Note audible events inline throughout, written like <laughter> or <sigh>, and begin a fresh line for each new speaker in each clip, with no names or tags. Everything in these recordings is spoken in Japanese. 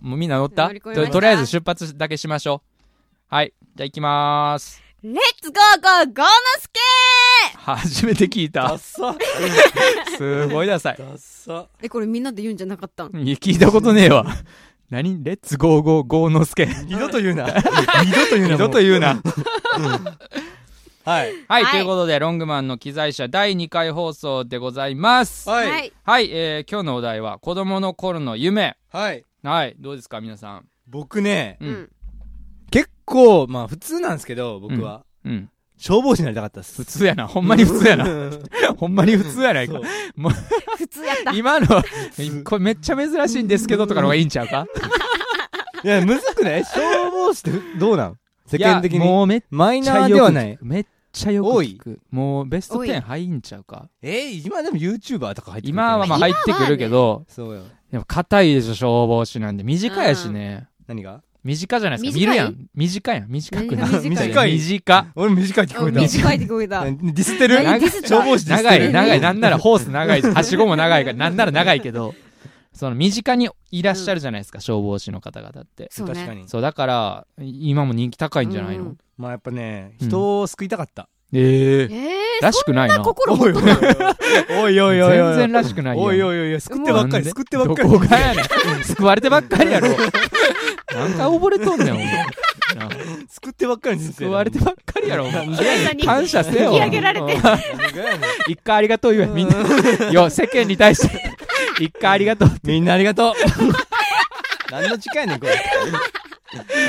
もうみんな乗った
乗り越えました
ととりあえず出発だけしましょう。はい。じゃあ行きまーす。
レッツゴーゴーゴーのすけ
初めて聞い
ダ
た
ッ。サ
すごいダサい。
ダッサ
え、これみんなで言うんじゃなかったん
いや、聞いたことねえわ。何レッツゴーゴーゴーのすけ。
二度と言うな二度と言うな
二度と言うな。
は
は
い
い、
はい
ということで、ロングマンの機材車第2回放送でございます。はい、
はい
えー今日のお題は、子供の頃の夢。
はい
はい、どうですか、皆さん。
僕ね
う
うんん。
結構まあ普通なんですけど僕は
うん。
消防士になりたかったっす
普通やな。ほんまに普通やな。
うん
ほんまに普通やないか
そう。
普通やった。
今の、これめっちゃ珍しいんですけどとかの方がいいんちゃうか
いやむずくない消防士ってどうなん世間的
いや
に
もうめっち
マ
ゃ
イ
よ
ナー
く
ではない
めっちゃよく聞く。もうベスト
多い
10入んちゃうか
えー今でも YouTuber とか入ってくるんじゃない
今はまあ入ってくるけど、
そうよ
でも硬いでしょ、消防士なんで。短やしね。
何が
短じゃないですか。
短い
見るやん。短やん。短くない。
何が
短い
短。
俺短いって聞こえた
短いって聞こえた。
ディスってる
えディスった
消防士ディスっ
長
てる
い、長い。なんならホース長いし、はしごも長いから、なんなら長いけど、その身近にいらっしゃるじゃないですか、消防士の方々って。
そう
確か
ね。
に
そう、だから、今も人気高いんじゃないの、
うんうん
まあやっぱね
うん
人を救いたかった
ええ
えー、
らしくないな。
心
おい
持っと
おい
ったん
おいおいおいお
全
い
然らしくないよ。
おいおいおいおい救ってばっかり救ってばっか
ど
り
こがやねん。救われてばっかり
<laughs>
やろ。何回溺れとんねん、お前。なあ
救ってばっかりです
救われてばっかり
<laughs>
やろ、お前。
皆に
感謝せよ。
引き上げられて
うん一回ありがとう言え、みん
<laughs>
な。よ、世間に対して。一回ありがとう。
みんなありがとう何の時間やねんこれまあ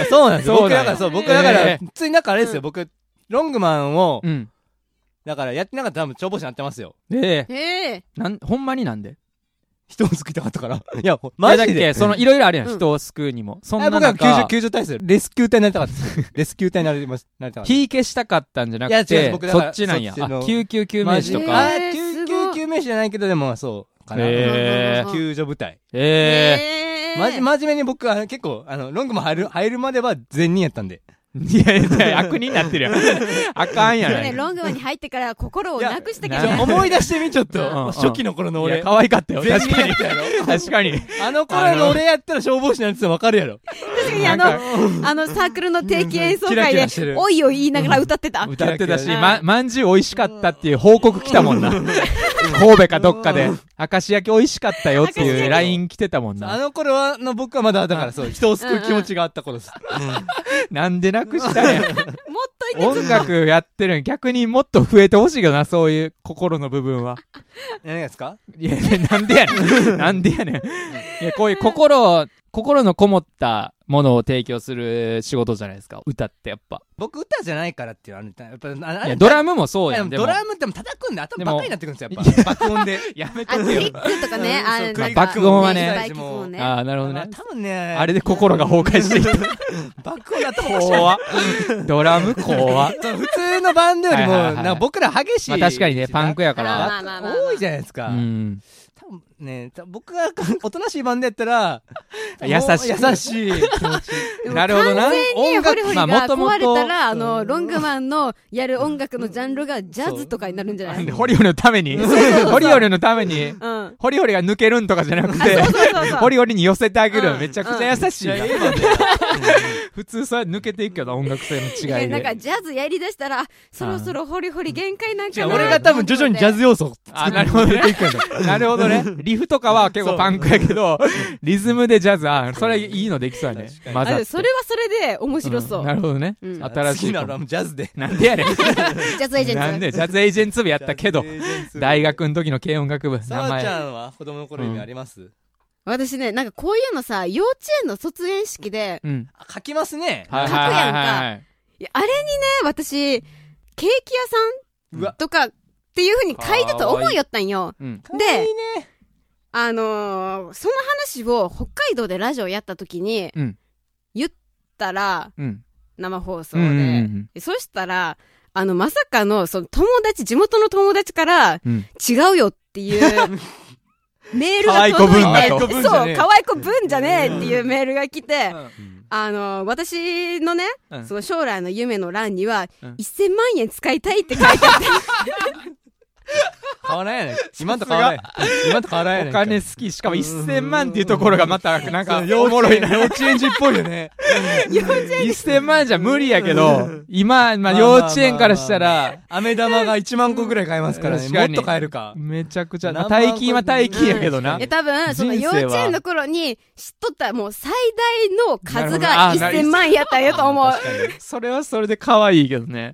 <laughs> そうなんですよ
そう
僕
なんや
だからそう僕だから
え
普通になんかあれですよ僕ロングマンを
うん。
だからやってなかったら多分消防士になってますよ
ええ
ええ
なん、ほんまになんで
人を救いたかったからいやマジ
いやだっ
で
けその、いろいろあるやん。
うん
人を救うにも。そん
あ
な
僕は
中
救助救助隊ですよレスキュー隊になりたかったですレスキュー隊になりましなりたかった
火消したかったんじゃなく
いや違う
て
僕、だ
そ
から
っちなんや。
そっちの
あ救急 <laughs> 救命士と
マ
か。
あ
えー
救
すごい
急救命士じゃないけどでもそうかな、
ええ
ー
救助部隊
ええ
ええ
まじ真面目に僕は結構あのロングも入る入るまでは善人やったんで
いやいや、悪人になって
<laughs>
るやん。あかんや
でも
な
ね、
い。
ロングマンに入ってから心をなくした
い
けど
や
ちょ
ね。
思い出してみちょっと
うんうん
初期の頃の
いや
俺
可愛かったよ。
善
確
人
か
や
に
っ。たやろ
確かに。
あの頃の俺やったら消防士なんてわかるやろ
確かにあ
なん
の、あのサークルの定期演奏
キラ
会
キラして
で、
る
おいおい言いながら歌ってた。
歌ってたし、
キ
ラキラ
ま、まんじゅう美味しかったっていう報告来たもんな。神戸かどっかで、明石焼き美味しかったよって
明
い
石焼
う
き
LINE 来てたもん
あ
な。
の頃はの僕はまだだからそう人を救う気持ちがあった頃です
なんでなくしたねん。
もっといけ
音楽やってるん逆にもっと増えてほしいけどな、そういう心の部分は。
何がですか
いや、なんでやねん。なんでやねん。いや、こういう心を、心のこもったものを提供する仕事じゃないですか。歌ってやっぱ。
僕歌じゃないからっていうのはあるやっぱああ
い
れ
や、ドラムもそう
い
や
や
ん。で
で
も
もドラムっても叩くんで頭ばっかりになってくるんですよ
でも
やっぱ爆音で
<laughs> やめ
あ、
と
ク
け
リ
よ。
ックとかね、あ
そうそう
なんか
爆音はね
いっぱい聞くもんね。
ああ、なるほど
まあ
ね。
多分ね
あれで心が崩壊してきた。
爆音で頭ばっか
怖ドラム怖
<laughs>
りそう普通のバンドよりも
はいはいはい
なんか僕ら激しい
まあ確かにね、パンクやか
まあ
ら。
まあまあまあ
多いじゃないですか
うん。
多分ね、多分僕がおとなしいバンドやったら、
<laughs> 優しい
もう優しい気持ち。
で
<laughs>
も
なるほどな。
完全にホリホリが
まあ元々
壊れたら、あの、ロングマンのやる音楽のジャンルがジャズとかになるんじゃない
で
う
<laughs>
ん。
ホリオリのため
<laughs>
に、ホリオリのために、
あ、
ホリオリが抜けるんとかじゃなく
そう
て、
そうそうそ
ホ
う。
リオリに寄せてあげ
う
る。
ん
めちゃくちゃ優しいな。普通そうやって抜けていくけど、音楽性の違い
なんか
で。
ジャズやりだしたら、あそろそろホリホリ限界なん
違
か
う、
な。
俺が多分徐々にジャズ要素を
あ、なるほどね。なるほどね。リフとかは結構パンクやけど、リズムでジャズ、あ、それいいのできそうやね。混ざっ
あ
て。。
それはそれで面白そううん
なるほどね。
うん
新し
次
い
のア
か
ルバ
も。
ムジャズで。
なんでや
<laughs>
ねん。
ジャズエージェント。
なんで、ジャズエージェンツ部やったけど
ジ、ャズエージェンス
大。学の時の軽音楽部、名
さあち
前。
ゃんは子供の頃夢あります
私ね、なんかこういうのさ、幼稚園の卒園式で、
うん。
あ書きますね。
はい
書くやんか
はいはいはい。
いやあれにね、私、ケーキ屋さ
う
ん
わ
とかっていう風に書いたと思うよったんよ。
うん。
で
いいね。
あのーその話を北海道でラジオやった時に
うん、
言ったら、
うん。
生放送
うんうん
で。そしたら、あの、まさかの、その友達、地元の友達から、
うんうん。
違うよっていう
<laughs>
メールが
可愛い子
届
分だ
い
と
て、そう、
可愛い子分じゃねえ
可愛い子分じゃねえっていうメールが来て、
うん
あの、私のね、
うん
その将来の夢の欄には、
うん
1000万円使いたいって書いてあって、
変わらんやねん。今んと変わらんやねん。今んと変わらんやね
お
ん。
金好き、しかも1000万っていうところがまた、なんか、おもろいな。
幼稚園児っぽいよね。
1000万じゃ無理やけど、今、まあ幼稚園からしたら、
飴玉が1万個ぐらい買えますからね。
確
も
か
っ
に
と買えるか。
めちゃくちゃ、ま
何
あ
万
大金は大金やけどな
え、。多分、その
人
幼
生は
稚園の頃に知っとった、もう最大の数
なる
が
ほどあ
1000万やったんやと思う。っ
それはそれで可愛いけどね。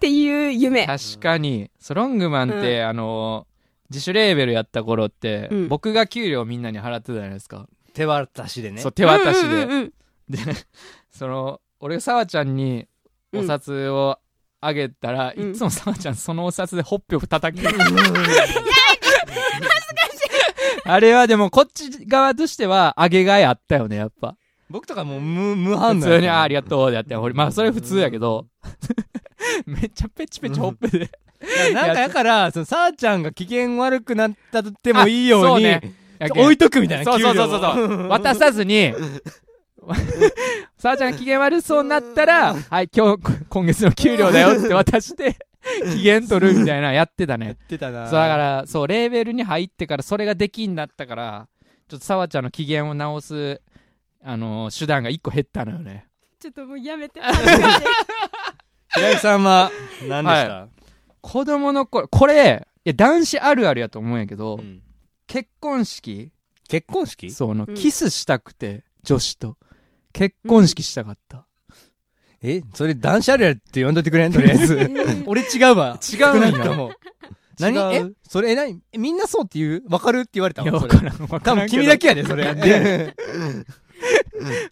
ていう夢。
確かに。ソロングマンって、あの、自主レーベルやった頃って
う、ん
僕が給料みんなに払ってたじゃないですか。
手渡しでね
そう、手渡し
うん
で
う。んうん
で、その、俺がさわちゃんにお札をあげたら、
うん
いつもさわちゃんそのお札でほっぺを
<laughs>
叩き、あれはでもこっち側としては、あげがいあったよね、やっぱ。
僕とかもう無無反応
普
や
通に、ああり
が
がとうでやって、俺、まあそれ普通やけど、 <laughs> めっちゃペチペチほっぺで。
とう。なんかやから、その、さあちゃんが機嫌悪くなったとってもいいように
あ、そうねやけん
置いとくみたいな。
そうそうそうそう
給料を
そう。 <laughs> 渡さずに、さあちゃんが機嫌悪そうになったら、はい、今日、こ今月の給料だよって渡して、 <laughs> 機嫌取るみたいなやってた
やっ
ね。
てたな。
そう、だから、そう、レーベルに入ってからそれができんなったから、ちょっとさわちゃんの機嫌を直す、あのー手段が一個減ったのよね。
ちょっともうやめて。恥ずかしい
平井さんは、何でした、
子供の頃、これ、いや、男子あるあるやと思うんやけど、
うん
結婚式
結婚式
その、
うん
キスしたくて、女子と。結婚式したかった。
えそれ男子あるやるって言わんといてくれんとりあ
<laughs>
えず。俺違うわ。
違うん
少なくと
や。
も。何
違
え
う
それ、え、何えみんなそうって言うわかるって言われた
いや、
わ。
わ
そ
か
れ
らん。わか
多
らん
分
けど。
君だけや
<laughs>
で、それ。 <laughs>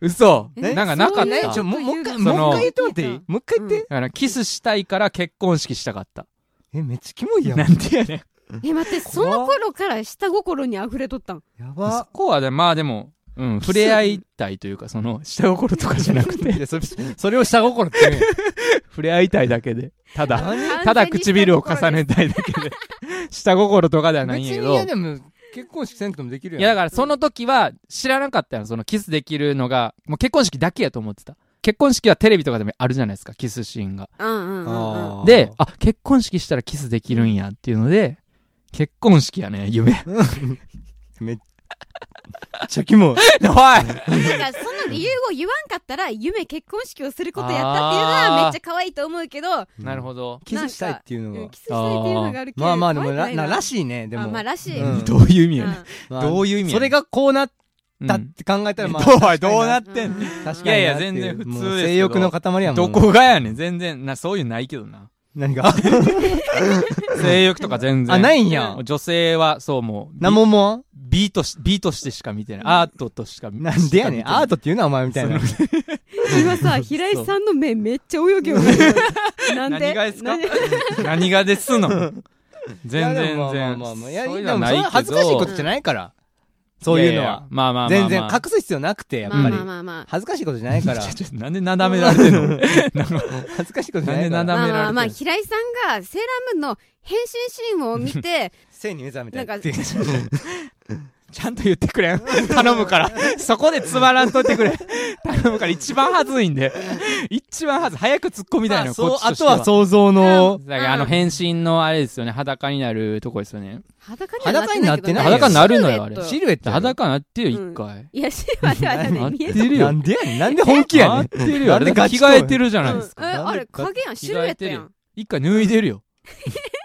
嘘。
え
なんかなかっ
そう
た。
ね
ちょ、もう、もう一
そ
回、
の
もう一回言ってもらっていいもう一回言って。
だから、キスしたいから結婚式したかった。
え、めっちゃキモいやん。
な
や
んでやねん。
え、待って、その頃から下心に溢れとったん。
そ
ば。
こはね、まあでも、うん、触れ合いたいというか、そ <laughs> の、下心とかじゃなくて、<laughs>
いやそれそれを下心って言う
触れ合いたいだけで。ただ、
んや。
何
ただ唇を重ねたいだけ
<laughs>
で。下心とかではないんや
別
け
に、
ど
いや。でも、結婚式せんくてもできるやん。
いやだからその時は知らなかったよそのキスできるのがもう結婚式だけやと思ってた結婚式はテレビとかでもあるじゃないですかキスシーンが
うんうんうんうん。
あー
で、あ結婚式したらキスできるんやっていうので結婚式やね夢 <laughs>
めっちゃキモ
お
い。
い
なんかその理由を言わんかったら夢結婚式をすることやったっていうのはめっちゃ可愛いと思うけど、
なるほど
キスしたいっていうの
うん
は。
キスしたいっていうのがあるけど
まあまあ、でも、
可
ら
愛くない
ならしいね、で
あ
も
まあ。らしい、
うん
どういう意味やねん
う
まあ
どういう意味やねん
それがこうなっ
うん
たって考えたら、まあ。
どう
確かに
どうなっ
ん
てんの
確かに
いやいや
なってう
全然普通ですけど
もう性欲の塊やもん。
どこがやねん全然なそういうないけどな
何が
性欲とか全然
あ、ないんや。
女性はそうもう
何ももう
美とし美としてしか見てないアートとしか見
なんでやねん。アー
ト
トって言うな、お前みたいな。
今さ平井さんの目めっちゃ泳ぎようになるなん
何
で
がですか
何
何がですの全然
いやでも
全然
まあまあまあいや
そういう
で
のは
も
な
そ
いけ
れ
ど
は恥ずかしいことじゃないから。そういうの
やや
は。
まあまあまあま
全
あ
然隠す必要なくて、やっ
ま
ぱ
あ
り
まあ。まあま
恥ずかしいことじゃないから。
<laughs> ちょちょなんでなだめられてんの <laughs> なんか
恥ずかしいことじゃ
な
なん
で
い
な
あ
か
だめ
まあま
ら。
ら
あ
れ
まあ
て
平井さんがセーラームーンの変身シーンを見て
性に目覚めた
なんか
っていう
ちゃんと言ってくれん <laughs> 頼むからそこでつまらんといて
<laughs>
くれ頼むから一番恥ずいんで一番恥ずい早く突っ込みたい
まあ
な
そう
こっち
あ
として
とは想像の。
だからあの変身のあれですよね裸になるとこですよね
裸にはなってないけどね
裸にな
ってないよ裸になるのよあれ
シルエット
シルエット。
裸になってる
う
よ
ん
一回
いやシルエットは
な
だ
っ
ね見え
てる
な
よ
んでやねん。なんで本気や
な
ね
っ
ん。
てるよ
な
あ
ん
れ
で
だって着替えてるじゃないですか
うんえあれ影やんシルエットやん
一回脱いでる
<laughs>
よ。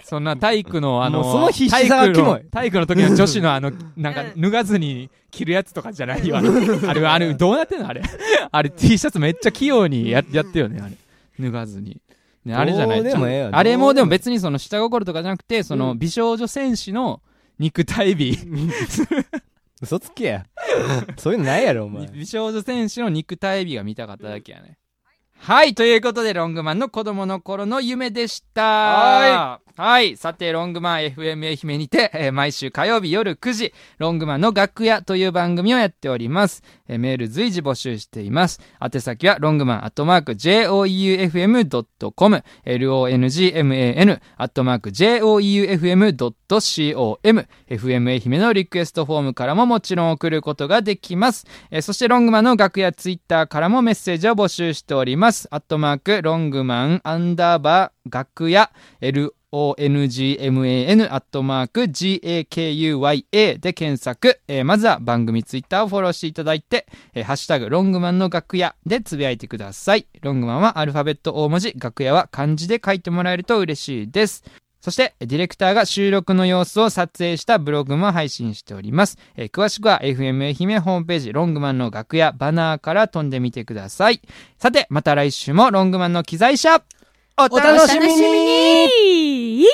そんな体育のあの、
もうその必死
体
さが
育
キモ
の
い、
体育の時の女子のあ
<laughs>
の、なんか
う
脱がずに着るやつとかじゃないよ。あれ、あれ、あれどうなってんのあれ。あれ T シャツめっちゃ器用にややってよね、あれ。脱がずに。ね、あれじゃない
どうでもええよ
あれもでも
どうでもええ
別にその下心とかじゃなくて、その美少女戦士の肉体美、
嘘つけや。そういうのないやろ、お前。
美少女戦士の肉体美が見たかっただけやね。はい、ということで、ロングマンの子供の頃の夢でした。はい。さて、ロングマン FM 愛媛にて、えー毎週火曜日夜9時、ロングマンの楽屋という番組をやっております。えーメール随時募集しています。宛先は、ロングマンアットマーク joeufm.com、longman アットマーク joeufm.com、FM 愛媛のリクエストフォームからももちろん送ることができます。えーそしてロングマンの楽屋ツイッターからもメッセージを募集しております。アットマーク、ロングマン、アンダーバー、楽屋、LONGMAN ONGMAN アットマーク GAKUYA で検索、えーまずは番組ツイッターをフォローしていただいて、えーハッシュタグロングマンの楽屋でつぶやいてくださいロングマンはアルファベット大文字楽屋は漢字で書いてもらえると嬉しいですそして、ディレクターが収録の様子を撮影したブログも配信しております。えー詳しくは FM 愛媛ホームページ、ロングマンの楽屋、バナーから飛んでみてください。さて、また来週もロングマンの機材車、お
お楽しみに
に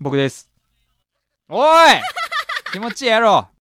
僕です。おい <laughs> 気持ちいいやろ